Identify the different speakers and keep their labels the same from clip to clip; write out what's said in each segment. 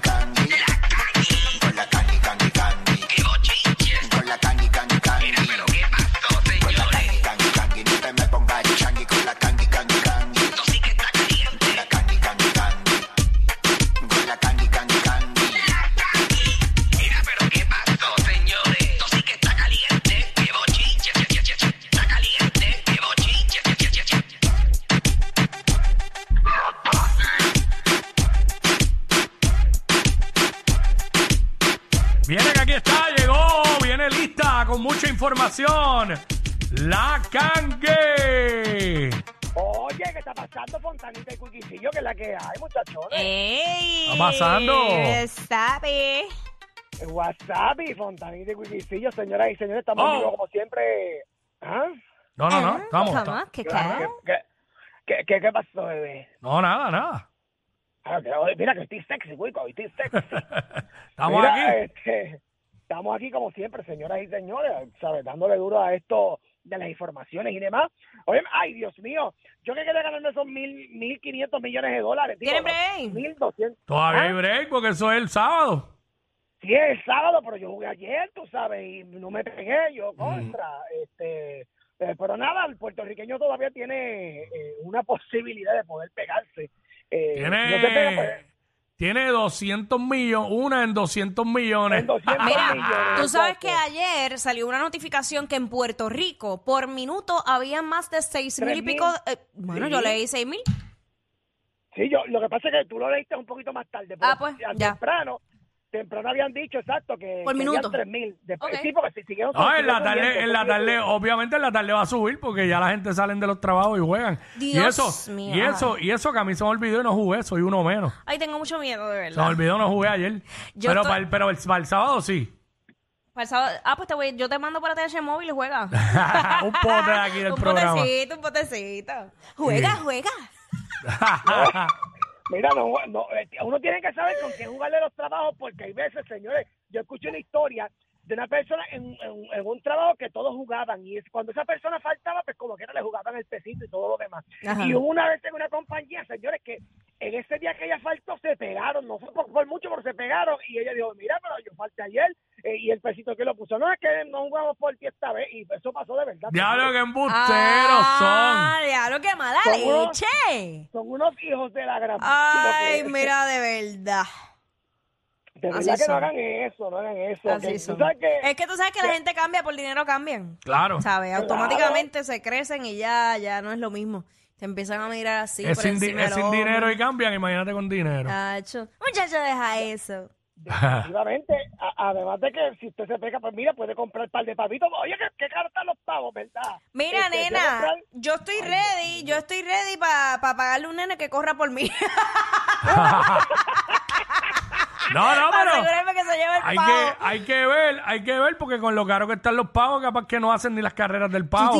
Speaker 1: tangi. Con la tangi, tangi, tangi. Con la tangi, tangi, tangi. Con la tangi, tangi, tangi, no te me pongas changi. Con la tangi, tangi, tangi. Con la tangi, tangi, tangi. Con la tangi, tangi, tangi.
Speaker 2: Mira, pero qué pasó, señores. Esto sí que está caliente. Qué bochinche, che, che, che, che. Está caliente. Qué bochinche, che, che, che, che.
Speaker 3: Viene que aquí está, llegó, viene lista con mucha información. La cangue.
Speaker 4: Oye, ¿qué está pasando, Fontanita y Cuiquicillo? Que es la que hay, muchachones.
Speaker 5: Eh. ¡Ey!
Speaker 3: Está pasando.
Speaker 5: ¿Sabe?
Speaker 4: WhatsApp y Fontanita y Cuiquicillo, señoras y señores, estamos
Speaker 3: Oh.
Speaker 4: vivos como siempre. ¿Ah?
Speaker 3: No, no, no,
Speaker 5: Ah,
Speaker 3: estamos.
Speaker 5: ¿cómo?
Speaker 3: está-
Speaker 5: ¿Qué claro?
Speaker 4: ¿Qué, qué, qué, qué pasó, bebé?
Speaker 3: No, nada, nada.
Speaker 4: Ah, que hoy- Mira que estoy sexy, Cuico, hoy estoy sexy.
Speaker 3: Estamos
Speaker 4: Mira,
Speaker 3: aquí.
Speaker 4: este, estamos aquí como siempre, señoras y señores, ¿sabes? Dándole duro a esto de las informaciones y demás. Oye, ay, Dios mío, yo que quería ganarme esos mil, mil quinientos millones de dólares.
Speaker 5: ¿Tiene break?
Speaker 4: Mil doscientos.
Speaker 3: Todavía hay
Speaker 4: ¿Ah?
Speaker 3: break porque eso es el sábado.
Speaker 4: Sí, es el sábado, pero yo jugué ayer, tú sabes, y no me pegué yo contra. Este, eh, pero nada, el puertorriqueño todavía tiene eh, una posibilidad de poder pegarse. Eh, si no se pega, pues,
Speaker 3: Tiene, tiene 200 millones, una en 200 millones.
Speaker 4: en 200
Speaker 5: Ah, Mira,
Speaker 4: millones,
Speaker 5: tú sabes que
Speaker 4: exacto.
Speaker 5: ayer salió una notificación que en Puerto Rico por minuto había más de seis mil y
Speaker 4: Tres mil.
Speaker 5: pico. eh, bueno,
Speaker 4: Sí.
Speaker 5: yo leí seis mil.
Speaker 4: Sí, yo, lo que pasa es que tú lo leíste un poquito más tarde. pero
Speaker 5: Ah, pues,
Speaker 4: a-
Speaker 5: ya.
Speaker 4: Temprano, temprano habían dicho, exacto, que
Speaker 5: Por
Speaker 4: querían
Speaker 5: minuto.
Speaker 4: 3.000. Después-
Speaker 5: Ok.
Speaker 4: Sí, porque si siguieron...
Speaker 3: No, en la
Speaker 4: siguieron
Speaker 3: tarde,
Speaker 4: subiendo,
Speaker 3: en la
Speaker 4: entonces yo-
Speaker 3: tarde, obviamente en la tarde va a subir porque ya la gente salen de los trabajos y juegan. y
Speaker 5: Dios
Speaker 3: eso,
Speaker 5: mío,
Speaker 3: y
Speaker 5: ajá.
Speaker 3: eso, y eso que a mí se me olvidó y no jugué, soy uno menos.
Speaker 5: Ay, tengo mucho miedo, de
Speaker 3: Se me
Speaker 5: verdad.
Speaker 3: olvidó, no jugué ayer.
Speaker 5: Yo
Speaker 3: pero
Speaker 5: estoy-
Speaker 3: para el, pero el- para el sábado sí.
Speaker 5: Para el sábado- ah, pues te voy, yo te mando para TH Móvil y juega.
Speaker 3: un pote de aquí del
Speaker 5: un
Speaker 3: programa.
Speaker 5: potecito, un potecito. Juega,
Speaker 3: Sí.
Speaker 5: juega.
Speaker 4: Mira, no, no, eh, uno tiene que saber con quién jugarle los trabajos porque hay veces, señores, yo escuché una historia de una persona en, en- en un trabajo que todos jugaban y es- cuando esa persona faltaba, pues como que no le jugaban el pesito y todo lo demás.
Speaker 5: Ajá.
Speaker 4: Y hubo una vez en una compañía, señores, que en ese día que ella faltó se pegaron, no fue por, por mucho, pero se pegaron y ella dijo, mira, pero yo falté ayer eh, y el pesito que lo puso, no es que no jugamos por ti esta vez y eso pasó de verdad.
Speaker 3: Diablo, que embusteros
Speaker 5: ah, diablo, qué mala
Speaker 4: Son unos-
Speaker 5: leche.
Speaker 4: Son unos hijos de la gran...
Speaker 5: Ay, mira, de verdad.
Speaker 4: De verdad
Speaker 5: Así
Speaker 4: que
Speaker 5: son.
Speaker 4: no hagan eso, no hagan eso.
Speaker 5: Así
Speaker 4: que tú
Speaker 5: son.
Speaker 4: sabes que-
Speaker 5: Es que tú sabes que la gente cambia por dinero, cambian.
Speaker 3: son. Claro.
Speaker 5: ¿Sabes? Automáticamente se crecen y ya, ya no es lo mismo. Se empiezan a mirar así.
Speaker 3: es
Speaker 5: por
Speaker 3: sin, di-
Speaker 5: encima
Speaker 3: es
Speaker 5: del
Speaker 3: sin
Speaker 5: hombro.
Speaker 3: dinero y cambian, imagínate con dinero.
Speaker 5: Tacho, Muchacho, deja eso. Ah.
Speaker 4: Efectivamente, a- además de que si usted se pega, pues mira, puede comprar un par de pavitos. Oye, ¿qué, qué caros están los pavos, ¿verdad?
Speaker 5: Mira,
Speaker 4: Este, quiero
Speaker 5: nena,
Speaker 4: comprar-
Speaker 5: yo estoy ready, yo estoy ready para pagarle a un nene que corra por mí.
Speaker 3: No, no, pero
Speaker 5: para asegurarme que se lleve el
Speaker 3: hay
Speaker 5: pavo.
Speaker 3: que, hay que ver, hay que ver, porque con lo caro que están los pavos, capaz que no hacen ni las carreras del
Speaker 5: ¿Tú te
Speaker 3: pavo.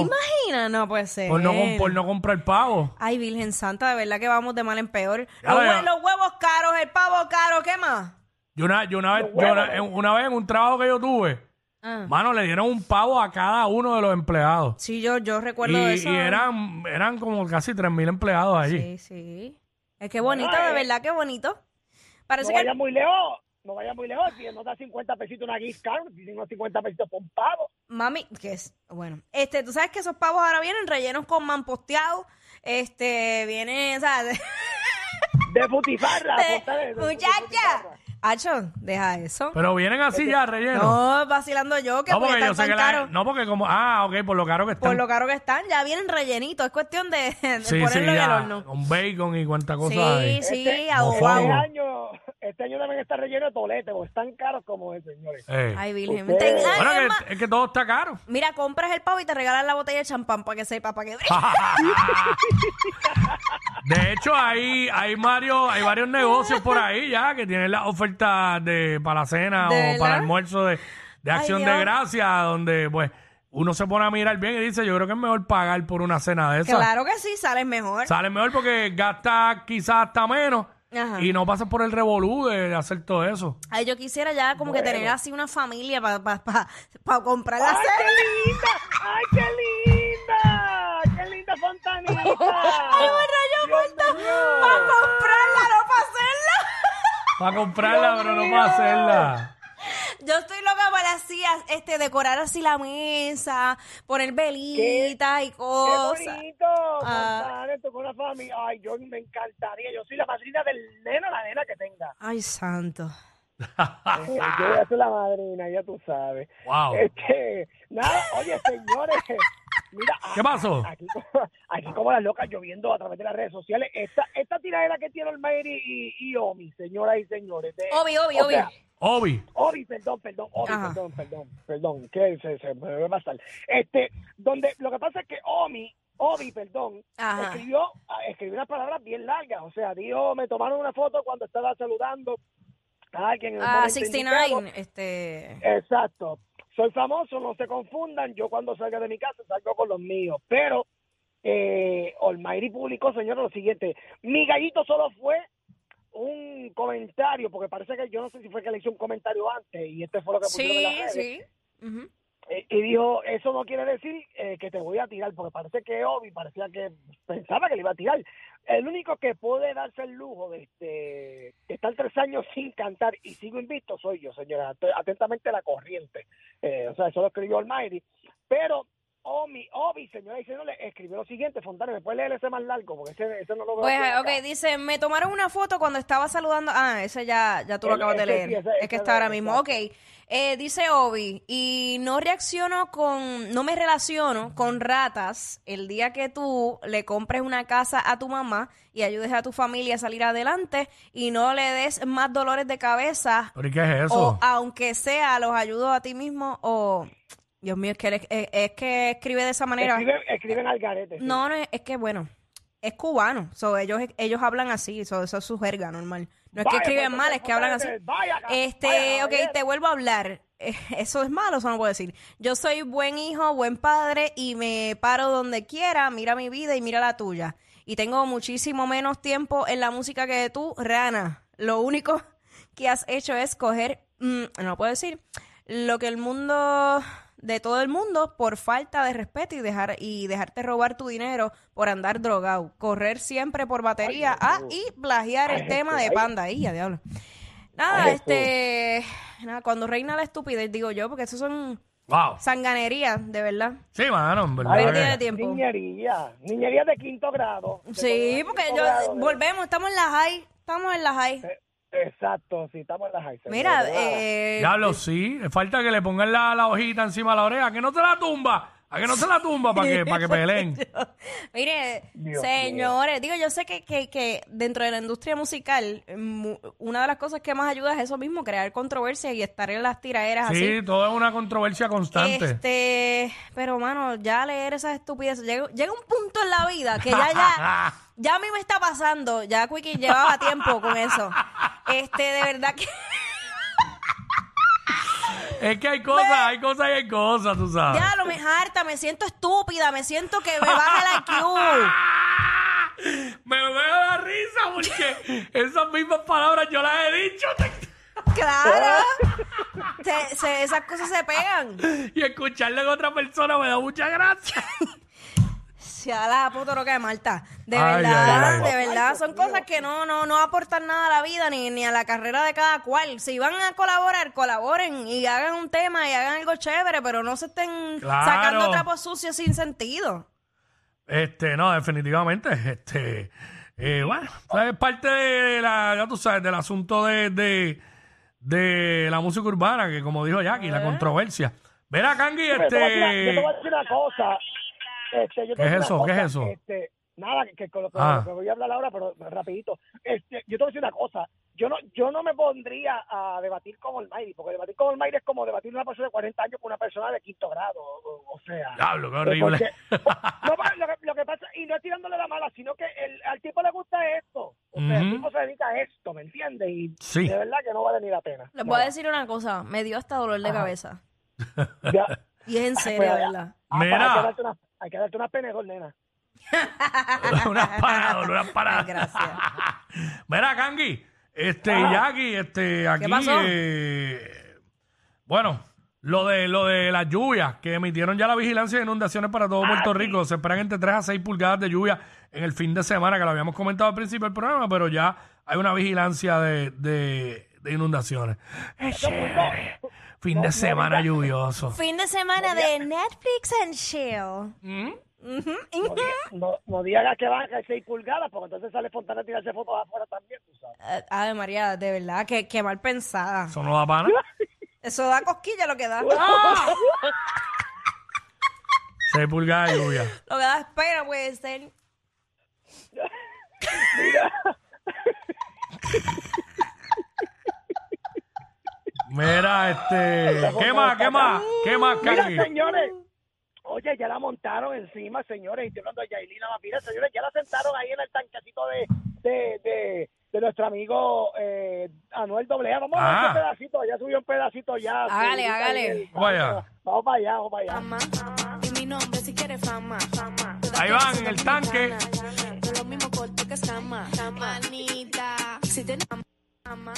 Speaker 5: imaginas? No puede ser.
Speaker 3: Por no, com- por no comprar pavo.
Speaker 5: Ay, Virgen Santa, de verdad que vamos de mal en peor.
Speaker 3: Ya
Speaker 5: Los,
Speaker 3: veo.
Speaker 5: hue- los huevos caros, el pavo caro, ¿qué más?
Speaker 3: Yo una, yo una vez,
Speaker 4: Los huevos,
Speaker 3: yo una, en- una vez en un trabajo que yo tuve,
Speaker 5: Ah.
Speaker 3: mano, le dieron un pavo a cada uno de los empleados.
Speaker 5: Sí, yo, yo
Speaker 3: Y,
Speaker 5: recuerdo de eso.
Speaker 3: y eran, eran como casi 3.000 empleados allí.
Speaker 5: Sí, sí. Es que bonito,
Speaker 4: Bueno,
Speaker 5: de
Speaker 4: eh.
Speaker 5: verdad que bonito. Parece
Speaker 4: No
Speaker 5: que
Speaker 4: vaya muy lejos, no vaya muy lejos. Si nos da 50 pesitos una gift card, si no 50 pesitos por un pavo.
Speaker 5: mami, que es bueno. Este, tú sabes que esos pavos ahora vienen rellenos con mamposteado. Este, vienen,
Speaker 4: Ah,
Speaker 5: ¿sabes?
Speaker 4: De futifarra,
Speaker 5: De-
Speaker 4: apuntar eso, de Este,
Speaker 5: muchacha.
Speaker 4: futifarra.
Speaker 5: Hacho, deja eso.
Speaker 3: Pero vienen así ya, rellenos.
Speaker 5: No, vacilando yo, que
Speaker 3: No, Ah,
Speaker 5: porque
Speaker 3: porque yo
Speaker 5: están
Speaker 3: sé
Speaker 5: tan
Speaker 3: que la,
Speaker 5: caros.
Speaker 3: No, porque como. Ah, ok, por lo caro que están.
Speaker 5: Por lo caro que están, ya vienen rellenitos. Es cuestión de, de
Speaker 3: sí, sí,
Speaker 5: ponerlo en el
Speaker 3: ya,
Speaker 5: horno.
Speaker 3: Con bacon y cuánta cosa
Speaker 5: Sí,
Speaker 3: hay.
Speaker 5: sí,
Speaker 4: Este-
Speaker 3: Bofón.
Speaker 4: Este
Speaker 5: adobado.
Speaker 4: año, este año también está relleno de toletes, porque están caros como es, señores.
Speaker 3: Eh.
Speaker 5: Ay, Virgen.
Speaker 4: Ustedes-
Speaker 5: Ten- ay,
Speaker 3: bueno,
Speaker 5: es
Speaker 3: que-
Speaker 5: más,
Speaker 3: es que todo está caro.
Speaker 5: Mira, compras el pavo y te regalan la botella de champán para que sepa, para
Speaker 3: Ah,
Speaker 5: que
Speaker 3: De hecho, hay, hay, varios, hay varios negocios por ahí ya que tienen las ofertas de, para la cena
Speaker 5: ¿De
Speaker 3: o
Speaker 5: verdad?
Speaker 3: para el almuerzo de, de
Speaker 5: Ay,
Speaker 3: acción de
Speaker 5: Dios.
Speaker 3: gracia, donde pues uno se pone a mirar bien y dice, yo creo que es mejor pagar por una cena de esas.
Speaker 5: Claro que sí, sales mejor.
Speaker 3: Sale mejor porque gasta quizás hasta menos
Speaker 5: Ajá.
Speaker 3: y no pasas por el revolú de hacer todo eso.
Speaker 5: Ay, yo quisiera ya como que tener así una familia para pa, pa- pa comprar la
Speaker 4: ¡Ay,
Speaker 5: cena.
Speaker 4: qué linda! ¡Ay, qué linda! ¡Qué linda fontanita!
Speaker 5: ¡Ay, rayo
Speaker 4: Dios
Speaker 5: muerto!
Speaker 4: mío.
Speaker 5: ¡Para comprarla, no para hacerla!
Speaker 3: Para comprarla, pero no para hacerla.
Speaker 5: Yo estoy loca para así, a- este, decorar así la mesa, poner velitas y
Speaker 4: ¡Qué
Speaker 5: cosas.
Speaker 4: bonito!
Speaker 5: Ah.
Speaker 4: Fontana, esto con una familia. Ay, yo me encantaría. Yo soy la madrina del neno, la nena que tenga.
Speaker 5: Ay, santo.
Speaker 4: Eh, Yo voy a ser la madrina, ya tú sabes.
Speaker 3: Ah. Wow.
Speaker 4: Este, nada, oye, señores. Mira,
Speaker 3: ¿Qué pasó?
Speaker 4: Aquí, como- aquí como las locas lloviendo a través de las redes sociales. Esta, esta tiradera que tiene Olmairi y, y Omi, señoras y señores. de-
Speaker 5: Obi, Obi,
Speaker 4: o
Speaker 5: Obi.
Speaker 4: sea,
Speaker 3: Obi.
Speaker 4: Obi, perdón, perdón, Obi,
Speaker 5: Ajá.
Speaker 4: perdón, perdón, perdón, que se, se me va a pasar. Este, donde lo que pasa es que Omi, Obi, perdón,
Speaker 5: Ajá.
Speaker 4: escribió, ah, escribió unas palabras bien largas, o sea, dijo, me tomaron una foto cuando estaba saludando a alguien en el
Speaker 5: Ah,
Speaker 4: momento
Speaker 5: 69,
Speaker 4: indicado. Eh,
Speaker 5: este...
Speaker 4: Exacto. Soy famoso, no se confundan, yo cuando salga de mi casa salgo con los míos, pero eh, Almighty publicó, señor, lo siguiente, mi gallito solo fue un comentario, porque parece que yo no sé si fue que le hice un comentario antes y este fue lo que pusieron en
Speaker 5: Sí,
Speaker 4: las redes.
Speaker 5: sí. Ujú.
Speaker 4: Eh, y dijo, eso no quiere decir eh, que te voy a tirar, porque parece que Obi parecía que pensaba que le iba a tirar. El único que puede darse el lujo de, este, de estar tres años sin cantar y sigo invicto soy yo, señora. At- Atentamente la corriente. Eh, o sea, eso lo escribió Almighty. Pero Obi, Obi señora, dice, no, le escribió lo siguiente, Fontana, ¿me puedes leer ese más largo? Porque ese, ese no lo veo.
Speaker 5: Pues,
Speaker 4: aquí acá.
Speaker 5: ok, dice, me tomaron una foto cuando estaba saludando. Ah, ese ya, ya tú lo
Speaker 4: El-
Speaker 5: acabas de
Speaker 4: ese sí,
Speaker 5: leer.
Speaker 4: ese-
Speaker 5: es que
Speaker 4: ese
Speaker 5: está
Speaker 4: lo-
Speaker 5: ahora mismo. Ok,
Speaker 4: exacto.
Speaker 5: eh, dice Obi, y no reacciono con, no me relaciono con ratas el día que tú le compres una casa a tu mamá y ayudes a tu familia a salir adelante y no le des más dolores de cabeza
Speaker 3: ¿Pero y qué es
Speaker 5: o
Speaker 3: eso?
Speaker 5: aunque sea los ayudo a ti mismo o... Dios mío, es que, él es, es- es que escribe de esa manera.
Speaker 4: Escriben, escriben al garete. sí.
Speaker 5: No, no, es que bueno, es cubano. So, ellos, ellos hablan así, so, eso es su jerga normal. No es
Speaker 4: Vaya,
Speaker 5: que escriben
Speaker 4: pues,
Speaker 5: mal, es que hablan así.
Speaker 4: entonces, vaya, ca-
Speaker 5: Este,
Speaker 4: vaya,
Speaker 5: ok,
Speaker 4: caballero.
Speaker 5: te vuelvo a hablar. Eh, Eso es malo, eso no puedo decir. Yo soy buen hijo, buen padre y me paro donde quiera, mira mi vida y mira la tuya. Y tengo muchísimo menos tiempo en la música que tú, Rana. Lo único que has hecho es coger, mm, no puedo decir, lo que el mundo de todo el mundo por falta de respeto y dejar y dejarte robar tu dinero por andar drogado, correr siempre por batería, ah, y plagiar el tema de Panda, ahí ya diablo. Nada,
Speaker 4: Ay,
Speaker 5: este. Nada, cuando reina la estupidez, digo yo, porque eso son
Speaker 3: Wow.
Speaker 5: sanganerías, de verdad.
Speaker 3: Sí, mano, en
Speaker 5: Ay, no
Speaker 3: verdad.
Speaker 5: tiene
Speaker 3: que-
Speaker 5: tiempo.
Speaker 4: Niñería, niñería de quinto grado. De
Speaker 5: Sí,
Speaker 4: quinto
Speaker 5: porque
Speaker 4: grado, eh,
Speaker 5: yo.
Speaker 4: de-
Speaker 5: Volvemos, estamos en la high. Estamos en la high.
Speaker 4: Eh, Exacto, sí, estamos en la high. señor.
Speaker 5: Mira,
Speaker 4: Ah,
Speaker 5: eh.
Speaker 3: Diablo, sí. Falta que le pongan la, la hojita encima de la oreja. ¿A que no te la tumba? ¿A que no te la tumba para que, para que peleen?
Speaker 5: Mire,
Speaker 4: Dios
Speaker 5: señores, digo, yo sé que, que, que dentro de la industria musical, mu- una de las cosas que más ayuda es eso mismo, crear controversia y estar en las tiraderas así.
Speaker 3: Sí, todo es una controversia constante.
Speaker 5: Este, pero mano, ya leer esas estupideces, llega, llega un punto en la vida que ya, ya, ya a mí me está pasando, ya Quickie llevaba tiempo con eso. Este, de verdad que
Speaker 3: Es que hay cosas,
Speaker 5: Pues,
Speaker 3: hay cosas y hay cosas, tú sabes.
Speaker 5: ya lo me harta, me siento estúpida, me siento que me baja la IQ.
Speaker 3: Me veo la risa porque esas mismas palabras yo las he dicho
Speaker 5: Claro. Se- se- esas cosas se pegan.
Speaker 3: y escucharlo en otra persona me da mucha gracia.
Speaker 5: Se a la puta loca de Marta. De
Speaker 3: Ay,
Speaker 5: verdad,
Speaker 3: ay, ay.
Speaker 5: de verdad. Son cosas que no, no, no aportan nada a la vida ni, ni a la carrera de cada cual. Si van a colaborar, colaboren y hagan un tema y hagan algo chévere, pero no se estén
Speaker 3: Claro.
Speaker 5: sacando trapos sucios sin sentido.
Speaker 3: Este, no, definitivamente, este, eh, bueno, o sea, es parte de la, ya tú sabes, del asunto de, de, de la música urbana, que como dijo Jackie,
Speaker 5: Eh.
Speaker 3: la controversia. Verá, Kangi,
Speaker 4: yo te voy a decir una- Yo te voy a
Speaker 3: este,
Speaker 4: decir una cosa. Este, yo te
Speaker 3: ¿Qué es
Speaker 4: voy a decir una
Speaker 3: eso? ¿Qué es eso?
Speaker 4: Este, nada, que, que con lo que,
Speaker 3: Ah.
Speaker 4: lo que voy a hablar ahora, pero rapidito. Este, yo te voy a decir una cosa. Yo no, yo no me pondría a debatir con Olmairi, porque debatir con Olmairi es como debatir una persona de 40 años con una persona de quinto grado. O, o sea,
Speaker 3: diablo, qué
Speaker 4: Pues,
Speaker 3: horrible.
Speaker 4: porque- no, pa- lo, que, lo que pasa, y no es tirándole la mala, sino que el, al tipo le gusta esto. O sea,
Speaker 3: Ujú.
Speaker 4: el tipo se dedica a esto, ¿me entiendes? Y
Speaker 3: Sí.
Speaker 4: de verdad que no vale ni la pena.
Speaker 5: Les
Speaker 4: No.
Speaker 5: voy a decir una cosa, me dio hasta dolor de cabeza.
Speaker 4: Ya.
Speaker 5: Y es en serio, de ¿verdad?
Speaker 4: Ah, pues,
Speaker 3: Mira.
Speaker 4: Hay que darte una, hay que darte una penedor, nena.
Speaker 3: unas paradas, unas paradas.
Speaker 5: Gracias.
Speaker 3: Mira, Kangi, este, Jackie, este, aquí.
Speaker 5: pasó?
Speaker 3: eh, bueno, lo de, lo de las lluvias, que emitieron ya la vigilancia de inundaciones para todo Puerto Rico. Se esperan entre 3 a 6 pulgadas de lluvia en el fin de semana, que lo habíamos comentado al principio del programa, pero ya hay una vigilancia de, de, de inundaciones. Es chévere. Fin de semana lluvioso.
Speaker 5: Fin de semana de Netflix and Chill.
Speaker 3: ¿Mm?
Speaker 4: No, diga- no- no digas que van a 6 pulgadas, porque entonces sale Fontana a tirarse fotos afuera también, tú sabes.
Speaker 5: Eh, Ave María, de verdad, qué, qué mal pensada.
Speaker 3: Eso no da pana.
Speaker 5: Eso da cosquilla lo que da.
Speaker 3: 6 pulgadas de lluvia.
Speaker 5: Lo que da es pena puede ser.
Speaker 3: Mira, este. ¿Qué más? ¿Qué más? ¿Qué más,
Speaker 4: Mira,
Speaker 3: Kangi?
Speaker 4: señores. Oye, ya la montaron encima, señores. Y estoy hablando de Yailina Mira, señores, ya la sentaron ahí en el tanquecito de, de, de, de nuestro amigo eh, Anuel Doblea. Vamos a ver
Speaker 3: Ah.
Speaker 4: un pedacito. Ya subió un pedacito ya.
Speaker 5: Hágale,
Speaker 4: Sí,
Speaker 5: hágale.
Speaker 4: ahí.
Speaker 3: Vamos allá.
Speaker 4: Vamos para allá, vamos para allá.
Speaker 6: fama. Y mi nombre si quieres fama. fama.
Speaker 3: Ahí van, en el tanque.
Speaker 6: No lo mismo corte que sama. Manita. Si tienes fama.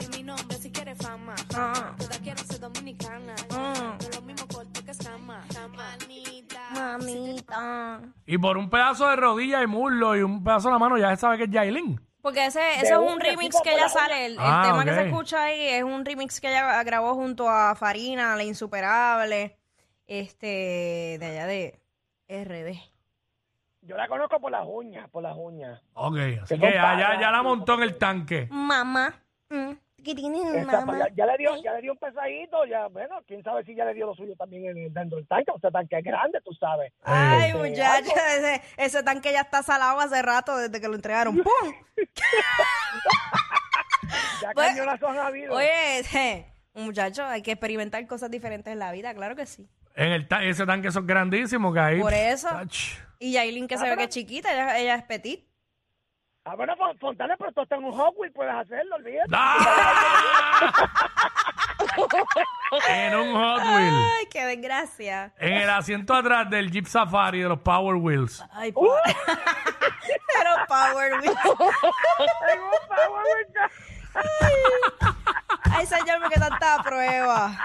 Speaker 6: Y mi nombre si quieres fama.
Speaker 5: Ah.
Speaker 6: Toda quiero ser dominicana.
Speaker 5: Ah.
Speaker 6: No lo mismo corte que sama. Manita.
Speaker 4: Ah,
Speaker 5: Mamita.
Speaker 3: Y por un pedazo de rodilla y muslo y un pedazo de la mano ya se sabe que es Yailin.
Speaker 5: Porque ese, ese
Speaker 4: De
Speaker 5: es un
Speaker 4: una,
Speaker 5: remix
Speaker 4: tipo,
Speaker 5: que
Speaker 4: por
Speaker 5: ella
Speaker 4: la
Speaker 5: sale. El, el
Speaker 3: Ah,
Speaker 5: tema que
Speaker 3: ok.
Speaker 5: se escucha ahí es un remix que ella grabó junto a Farina, la insuperable, este, de allá de RD.
Speaker 4: Yo la conozco por las uñas, por las uñas.
Speaker 3: Ok, así
Speaker 4: Que
Speaker 3: que
Speaker 4: son
Speaker 3: ya, ya,
Speaker 4: panas.
Speaker 3: ya la montó en el tanque.
Speaker 5: Mamá. mm, ¿Qué tiene
Speaker 4: Esa-
Speaker 5: mamá?
Speaker 4: ya, ya le dio, ya le dio un pesadito. Ya, bueno, quién sabe si ya le dio lo suyo también en- dentro del tanque. O sea, tanque es grande, tú sabes.
Speaker 5: Ay, muchacha, ese, ese tanque ya está salado hace rato desde que lo entregaron. ¡Pum!
Speaker 4: Ya
Speaker 5: Pues-
Speaker 4: cañonazos han habido.
Speaker 5: Oye, ese, muchacho, hay que experimentar cosas diferentes en la vida, claro que sí.
Speaker 3: En el ta- ese tanque son grandísimos que ahí.
Speaker 5: Por eso.
Speaker 3: Ach,
Speaker 5: Y Yailin, que se ve que es chiquita, ella, ella es petit.
Speaker 4: Ah, bueno, Fon- Fontana, pero tú estás en un Hogwarts, puedes hacerlo, olvídate.
Speaker 3: ¡Ah! en un Hot Wheel.
Speaker 5: Ay, qué desgracia.
Speaker 3: En el asiento atrás del Jeep Safari de los Power Wheels.
Speaker 5: Ay, pa- Uh. pero Power Wheels.
Speaker 4: En un Hogwarts, ya.
Speaker 5: Ay, señor, me queda tanta prueba.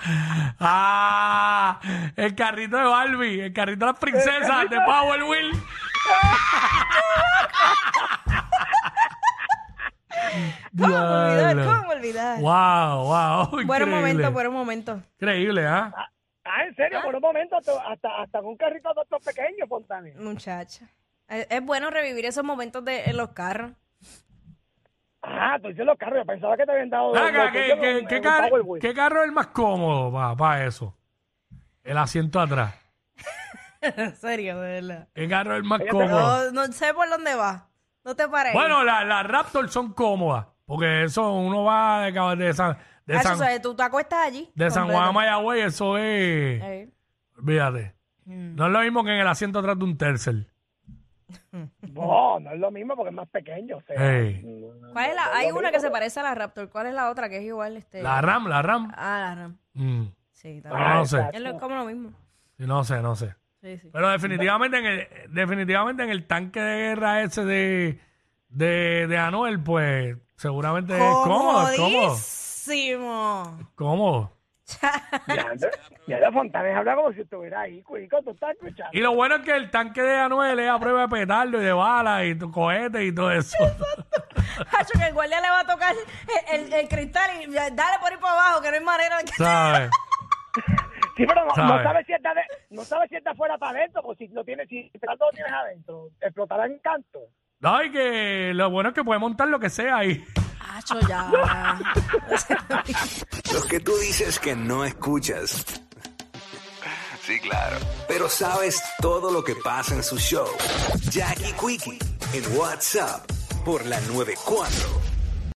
Speaker 3: ¡Ah! El carrito de Barbie. El carrito de las princesas de Power Wheel.
Speaker 5: ¿Cómo olvidar?
Speaker 3: Diablo.
Speaker 5: ¿Cómo olvidar?
Speaker 3: Wow, wow.
Speaker 5: Buen
Speaker 3: increíble.
Speaker 5: momento, buen momento.
Speaker 3: Increíble, ¿ah?
Speaker 4: Ah, en serio, por un momento, hasta- hasta, hasta con un carrito de estos pequeños, Fontana.
Speaker 5: Muchacha. Es, es bueno revivir esos momentos de, en los carros.
Speaker 4: Ah, tú dices los carros, yo pensaba que te habían dado...
Speaker 3: Venga,
Speaker 4: los-
Speaker 3: ¿qué,
Speaker 4: los-
Speaker 3: qué-
Speaker 4: un-
Speaker 3: qué
Speaker 4: un
Speaker 3: car-
Speaker 4: Powerwheel.
Speaker 3: qué carro es el más cómodo para eso? El asiento atrás.
Speaker 5: en serio, de verdad.
Speaker 3: ¿Qué carro es el más cómodo?
Speaker 5: No, no sé por dónde va. No te pares.
Speaker 3: Bueno, las la Raptor son cómodas. Porque eso, uno va de, cab- de San, de
Speaker 5: Ah, eso
Speaker 3: San,
Speaker 5: sabes, tú te acuestas allí.
Speaker 3: de San
Speaker 5: completo.
Speaker 3: Juan a Mayagüez, eso es.
Speaker 5: Eh, Mm.
Speaker 3: Olvídate. No es lo mismo que en el asiento atrás de un tercer.
Speaker 4: No, no es lo mismo porque es más pequeño, o sea.
Speaker 3: Ey.
Speaker 5: ¿Cuál es la? Hay una que se parece a la Raptor. ¿Cuál es la otra que es igual? Este...
Speaker 3: La RAM, la RAM.
Speaker 5: Ah, la Ram.
Speaker 3: Mm.
Speaker 5: Sí, también.
Speaker 3: No, no sé.
Speaker 5: Es lo- como lo mismo.
Speaker 3: Sí, No sé, no sé.
Speaker 5: Sí, sí.
Speaker 3: Pero definitivamente en el, definitivamente en el tanque de guerra ese de, de, de Anuel, pues seguramente es cómodo, es cómodo.
Speaker 5: Comodísimo.
Speaker 3: Cómodo.
Speaker 4: Ya, ya los Fontanes habla como si estuviera ahí, cuico, tú estás escuchando.
Speaker 3: Y lo bueno es que el tanque de Anuel es a prueba de petardo y de balas y tu cohete y todo eso.
Speaker 5: Hacho, que el guardia le va a tocar el, el- el cristal y ya, dale por ahí para abajo, que no hay manera de que...
Speaker 3: ¿Sabes?
Speaker 4: Sí, pero no,
Speaker 3: Sabe.
Speaker 4: no sabes si está de, no sabes si está fuera para adentro, porque si lo tienes, si el tanto lo tienes adentro, explotará en canto.
Speaker 3: No, y que lo bueno es que puede montar lo que sea ahí.
Speaker 5: Hacho, ya.
Speaker 7: Los que tú dices que no escuchas. Sí, claro. Pero sabes todo lo que pasa en su show. Jackie Quickie en WhatsApp por la 94.